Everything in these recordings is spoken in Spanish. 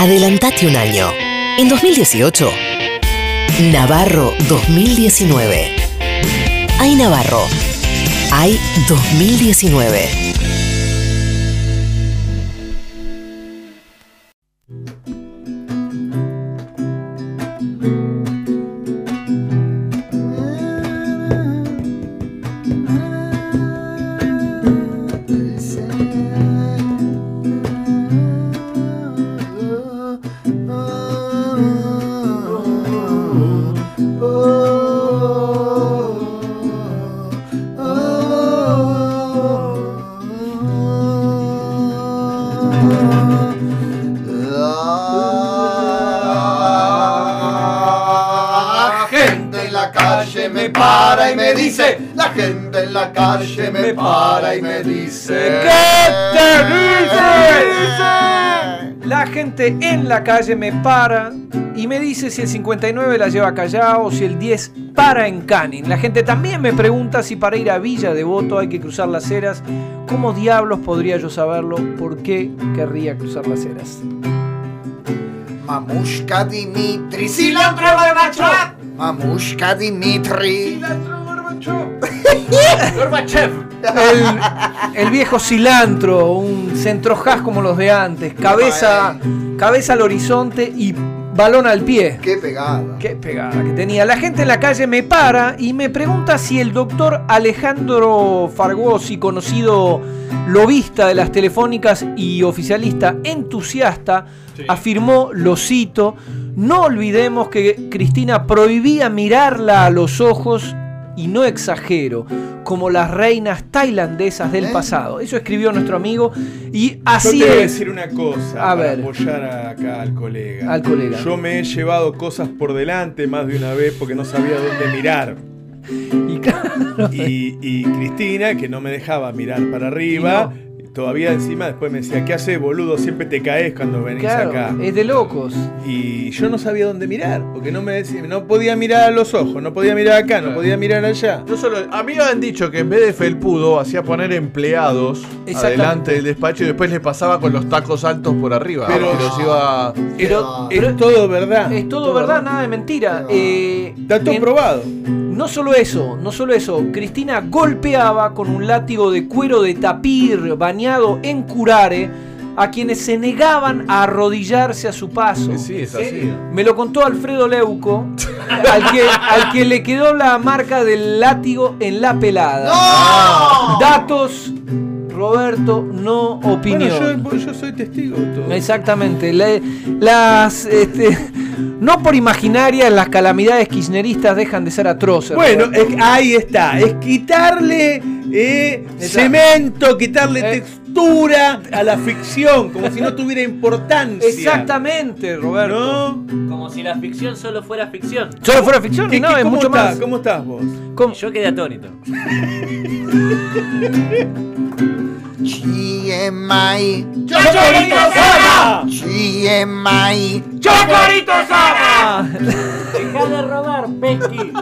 Adelantate un año. En 2018. Navarro 2019. Hay Navarro. Hay 2019. La gente en la calle me para y me dice, la gente en la calle me para y me dice, ¿Qué te dice? La gente en la calle me para y me dice si el 59 la lleva a Callao o si el 10 para en Canning. La gente también me pregunta si para ir a Villa Devoto hay que cruzar las eras. ¿Cómo diablos podría yo saberlo? ¿Por qué querría cruzar las eras? Mamushka Dimitri, cilantro Gorbachev, Mamushka Dimitri, El, el viejo cilantro, un centrojás como los de antes, cabeza, cabeza al horizonte y balón al pie. qué pegada. Qué pegada que tenía. La gente en la calle me para y me pregunta si el doctor Alejandro Fargosi, conocido lobista de las telefónicas y oficialista entusiasta, afirmó, lo cito, no olvidemos que Cristina prohibía mirarla a los ojos y no exagero, como las reinas tailandesas del ¿Eh? pasado. Eso escribió nuestro amigo y Yo así te voy a es. decir una cosa A para ver. apoyar a- acá al colega. Al colega. Yo me he llevado cosas por delante más de una vez porque no sabía dónde mirar. Y claro, Y, y Cristina, que no me dejaba mirar para arriba, todavía encima después me decía, ¿qué haces, boludo? Siempre te caes cuando venís claro, eh. acá. es de locos. Y yo no sabía dónde mirar, porque no me decía- no podía mirar a los ojos, no podía mirar acá, no podía mirar allá. No solo, a mí me han dicho que en vez de felpudo hacía poner empleados Exactamente. adelante del despacho y después les pasaba con los tacos altos por arriba. Pero- Pero los iba. Ah, Pero- Es todo verdad. Es todo verdad, nada de mentira. Pero- Eh, Mm, Dato en- probado. No solo eso, no solo eso. Cristina golpeaba con un látigo de cuero de tapir bañado en curare a quienes se negaban a arrodillarse a su paso. Sí, es así. Me lo contó Alfredo Leuco, al que, al que le quedó la marca del látigo en la pelada. ¡No! Datos, Roberto, no opinión. Bueno, yo, yo soy testigo de todo. Exactamente. La- las. este, no por imaginarias, las calamidades kirchneristas dejan de ser atroces. Bueno, Roberto. es- ahí está. Es quitarle eh, Esa- cemento, quitarle Eh. textura a la ficción, como si no tuviera importancia. Exactamente, Roberto. ¿No? Como si la ficción solo fuera ficción. Solo fuera ficción, ¿Qué- y no, qué- es cómo mucho estás? más. ¿Cómo estás vos? ¿Cómo? Yo quedé atónito. GMI, ¡Chocorito Sama! GMI. ¡Chocorito Ah, Deja de robar, Pesky.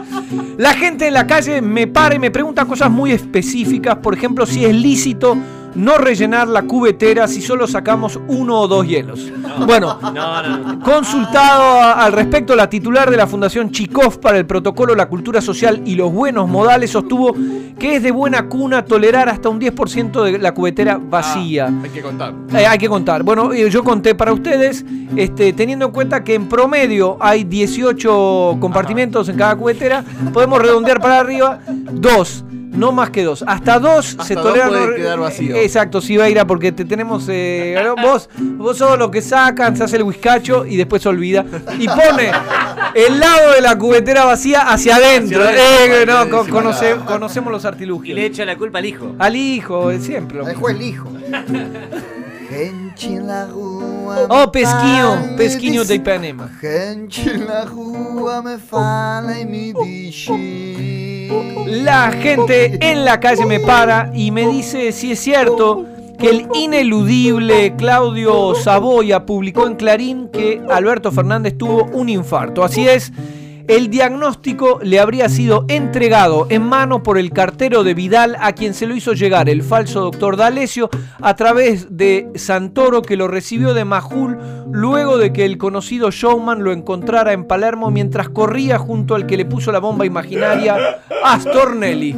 La gente en la calle me para y me pregunta cosas muy específicas. Por ejemplo, si es lícito no rellenar la cubetera si solo sacamos uno o dos hielos. Bueno, No, no, no. Consultado a- al respecto, la titular de la Fundación Chikov para el Protocolo, la Cultura Social y los Buenos Modales sostuvo que es de buena cuna tolerar hasta un 10% de la cubetera vacía. Hay que contar. Eh, hay que contar. Bueno, eh, yo conté para ustedes, este, teniendo en cuenta que en promedio hay 18 compartimentos en cada cubetera, podemos redondear para arriba dos. No más que dos. Hasta dos Hasta se dos toleran. puede los- quedar vacío. Exacto, sí, Beira, porque te tenemos. eh, vos, vos sos lo que sacan, se hace el whiskacho y después se olvida. Y pone el lado de la cubetera vacía hacia adentro. Hacia adentro, Eh, no, para que con- se conoce- vaya. conocemos los Y le artilugios. echa la culpa al hijo. Al hijo, eh, siempre. lo mismo. Dejó el hijo. Gente en la rua Oh, me para pesquinho, y pesquinho de dice- Ipanema. Gente en la rua me fala y me dice. La gente en la calle me para y me dice si es cierto que el ineludible Claudio Saboya publicó en Clarín que Alberto Fernández tuvo un infarto. Así es, El diagnóstico le habría sido entregado en mano por el cartero de Vidal a quien se lo hizo llegar el falso doctor D'Alessio a través de Santoro que lo recibió de Majul luego de que el conocido showman lo encontrara en Palermo mientras corría junto al que le puso la bomba imaginaria Astornelli.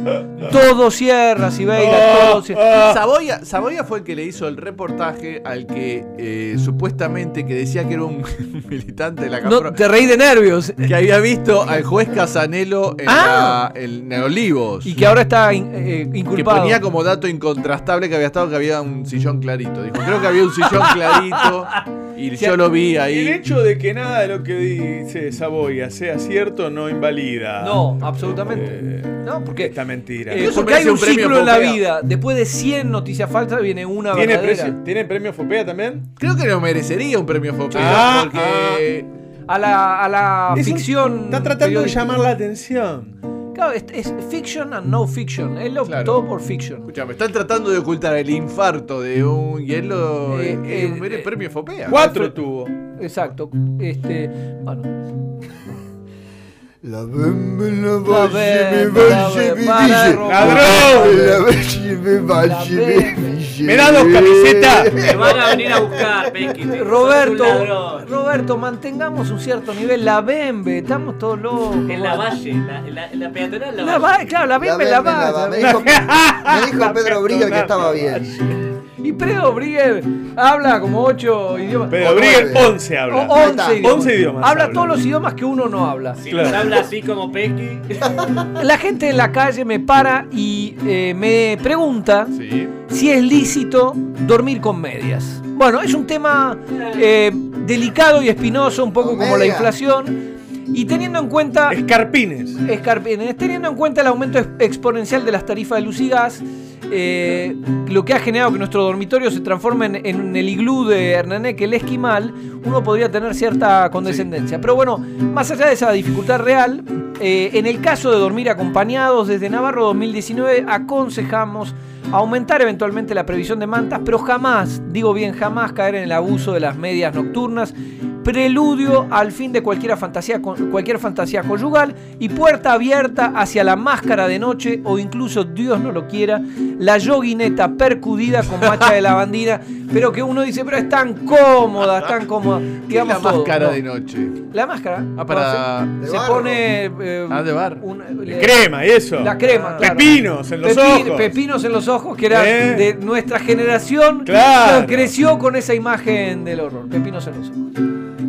Todo cierra, Sibeira, todo cierra. Ah. Saboya, Saboya fue el que le hizo el reportaje al que eh, supuestamente que decía que era un militante de la No, Cámara. te reí de nervios. que había visto al juez Casanelo en, Ah. la- en Olivos. Y que ahora está in- eh, Que inculpado. ponía como dato incontrastable que había estado que había un sillón clarito. Dijo, creo que había un sillón clarito y yo lo vi El ahí. hecho de que nada de lo que dice Saboya sea cierto no invalida. No, absolutamente. Eh, no, porque Esta mentira. Eh, Eso porque hay merece un, un premio ciclo en la Popea. vida. Después de 100 noticias falsas viene una ¿Tiene, verdadera. precio- ¿Tiene premio Fopea también? Creo que no merecería un premio Fopea Ah, porque A la, a la Es un- ficción. Está tratando de periodística. llamar la atención. Claro, es, es fiction and no fiction. Él optó Claro. por fiction. Escuchame, están tratando de ocultar el infarto de un hielo. Eh, eh, eh, premio Fopea. Cuatro tuvo. Exacto. Este. Bueno. La bembe, la La valle, me bembe, la valle, bembe, me para de dice. robar. ¡Ladrón! La valle, me valle, me bembe. dice. ¡Me da dos Te camisetas! van a venir a buscar, Pesky. te- sos un Roberto, ladrón. Roberto, mantengamos un cierto nivel. La Bembe, estamos todos locos. En la valle, en la, en la, en la peatonal en la, La valle. va- claro, la La Bembe, bembe, la la va- Me Valle. dijo, me dijo Pedro Briga que estaba bien. Y Pedro Briel habla como 8 idiomas. Pero Briegel 11 habla. O- 11 idiomas. Once idiomas Habla habla. todos los idiomas que uno no habla. Si Claro. nos habla así como Pesky, La gente en la calle me para y eh, me pregunta Sí. si es lícito dormir con medias. Bueno, es un tema eh, delicado y espinoso, un poco Con como la medias. inflación. Y teniendo en cuenta, Escarpines. Escarpines, teniendo en cuenta el aumento ex- exponencial de las tarifas de luz y gas, eh, lo que ha generado que nuestro dormitorio se transforme en, en el iglú de Hernanek, el esquimal, uno podría tener cierta condescendencia. Pero bueno, más allá de esa dificultad real, eh, en el caso de dormir acompañados, desde Navarro 2019 aconsejamos aumentar eventualmente la previsión de mantas, pero jamás, digo bien, jamás caer en el abuso de las medias nocturnas, preludio al fin de cualquier fantasía, con- cualquier fantasía conyugal y puerta abierta hacia la máscara de noche o incluso, Dios no lo quiera, la yoguineta percudida con macha de lavandina, pero que uno dice, pero es tan cómoda, es tan cómoda. ¿Qué es Digamos la todo, máscara no. de noche? La máscara. Ah, para. no, De Se, se barro. pone... eh, Ah, de bar. una- De le- crema y eso. La Ah. crema, claro. Pepinos en los Pepi- ojos. Pepinos en los ojos, que era ¿Eh? de nuestra generación. Claro. que Creció con esa imagen del horror. Pepinos en los ojos.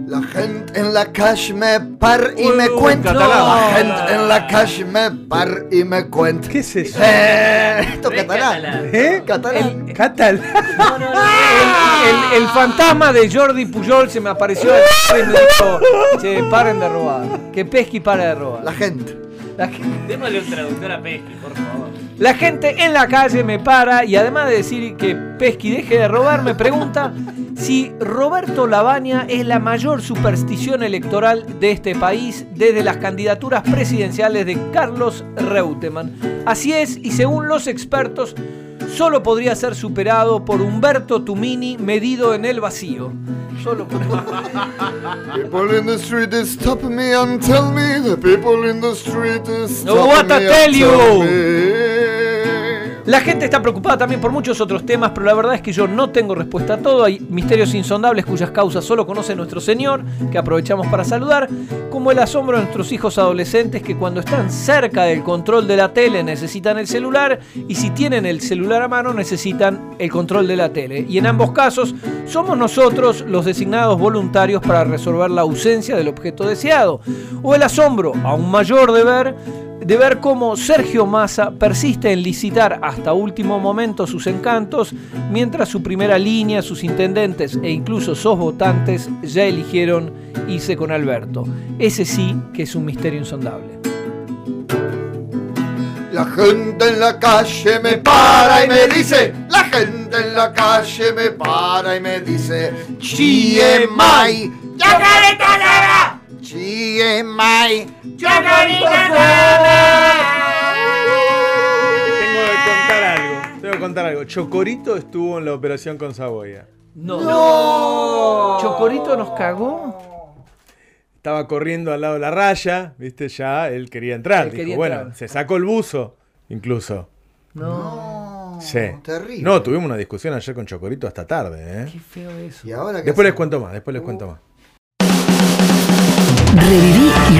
La gente en la calle me par y Uy, me Uh, uy, cuenta. catalán. La gente en la calle me par y me cuenta. ¿Qué es eso? Eh, esto Tres catalán. catalanes. ¿Eh? Catalán. Catalán. no, no, no. El, el fantasma de Jordi Pujol se me apareció y me dijo: Che, paren de robar. Que Pesky para de robar. La gente. La gente- Démosle un traductor a Pesky, por favor. la gente en la calle me para y además de decir que Pesky deje de robar, me pregunta si Roberto Labaña es la mayor superstición electoral de este país desde las candidaturas presidenciales de Carlos Reutemann. Así es, y según los expertos, solo podría ser superado por Humberto Tumini medido en el vacío. Solo por- People in the street is stop me and tell me. The people in the street is No, stop what me I and tell tell you. me. La gente está preocupada también por muchos otros temas, pero la verdad es que yo no tengo respuesta a todo. Hay misterios insondables cuyas causas solo conoce nuestro Señor, que aprovechamos para saludar, como el asombro de nuestros hijos adolescentes que cuando están cerca del control de la tele necesitan el celular y si tienen el celular a mano necesitan el control de la tele. Y en ambos casos somos nosotros los designados voluntarios para resolver la ausencia del objeto deseado. O el asombro, aún mayor de ver de ver cómo Sergio Massa persiste en licitar hasta último momento sus encantos, mientras su primera línea, sus intendentes e incluso sus votantes ya eligieron irse con Alberto. Ese sí que es un misterio insondable. La gente en la calle me para y me dice, la gente en la calle me para y me dice, Chiemai, Chacarita Nada, Chiemai, Chacarita Tengo que contar algo. Tengo que contar algo. Chocorito estuvo en la operación con Saboya. No. Chocorito nos cagó. Estaba corriendo al lado de la raya, ¿viste? Ya él quería entrar. Él Dijo, quería bueno, entrar. se sacó el buzo, incluso. No. Sí. Terrible. No, tuvimos una discusión ayer con Chocorito hasta tarde, ¿eh? Qué feo eso. Y ahora qué Después les hacemos? cuento más, después les Uh. cuento más. Reviví